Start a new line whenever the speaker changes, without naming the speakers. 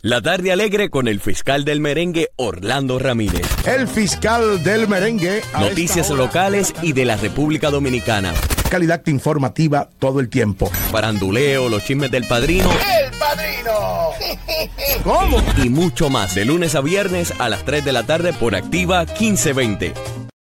La tarde alegre con el fiscal del merengue Orlando Ramírez.
El fiscal del merengue. a
Noticias
esta hora.
locales y de la República Dominicana.
Calidad informativa todo el tiempo.
Paranduleo, los chismes del padrino
¿Cómo?
y mucho más. De lunes a viernes a las 3 de la tarde por Activa 1520.